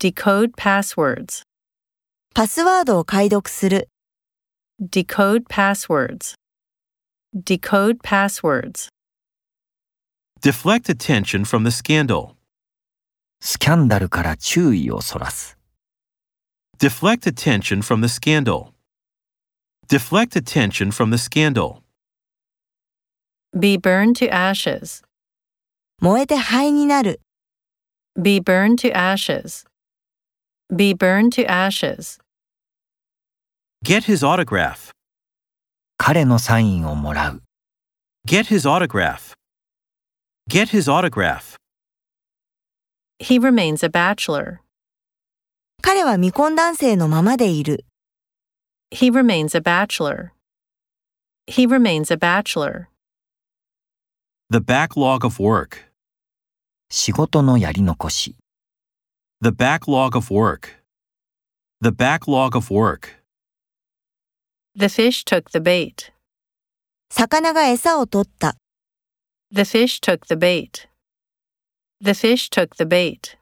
Decode passwords. パスワードを解読する、 Decode passwords. Decode passwords. Deflect attention from the scandal. スキャンダルから注意をそらす。 Deflect attention from the scandal. Deflect attention from the scandal. Be burned to ashes. 燃えて灰になる、 Be burned to ashes. Be burned to ashes. Get his autograph. 彼のサインをもらう。 Get his autograph. Get his autograph. He remains a bachelor. 彼は未婚男性のままでいる、 He remains a bachelor. He remains a bachelor. The backlog of work. 仕事のやり残し。 The backlog of work. The backlog of work. The fish took the bait. 魚が餌を取った、 The fish took the bait. The fish took the bait.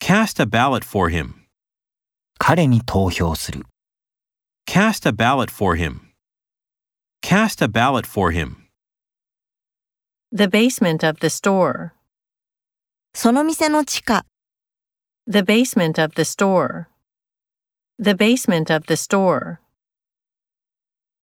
Cast a ballot for him. 彼に投票する。 Cast a ballot for him. Cast a ballot for him. The basement of the store. その店の地下、 The basement of the store. The basement of the store.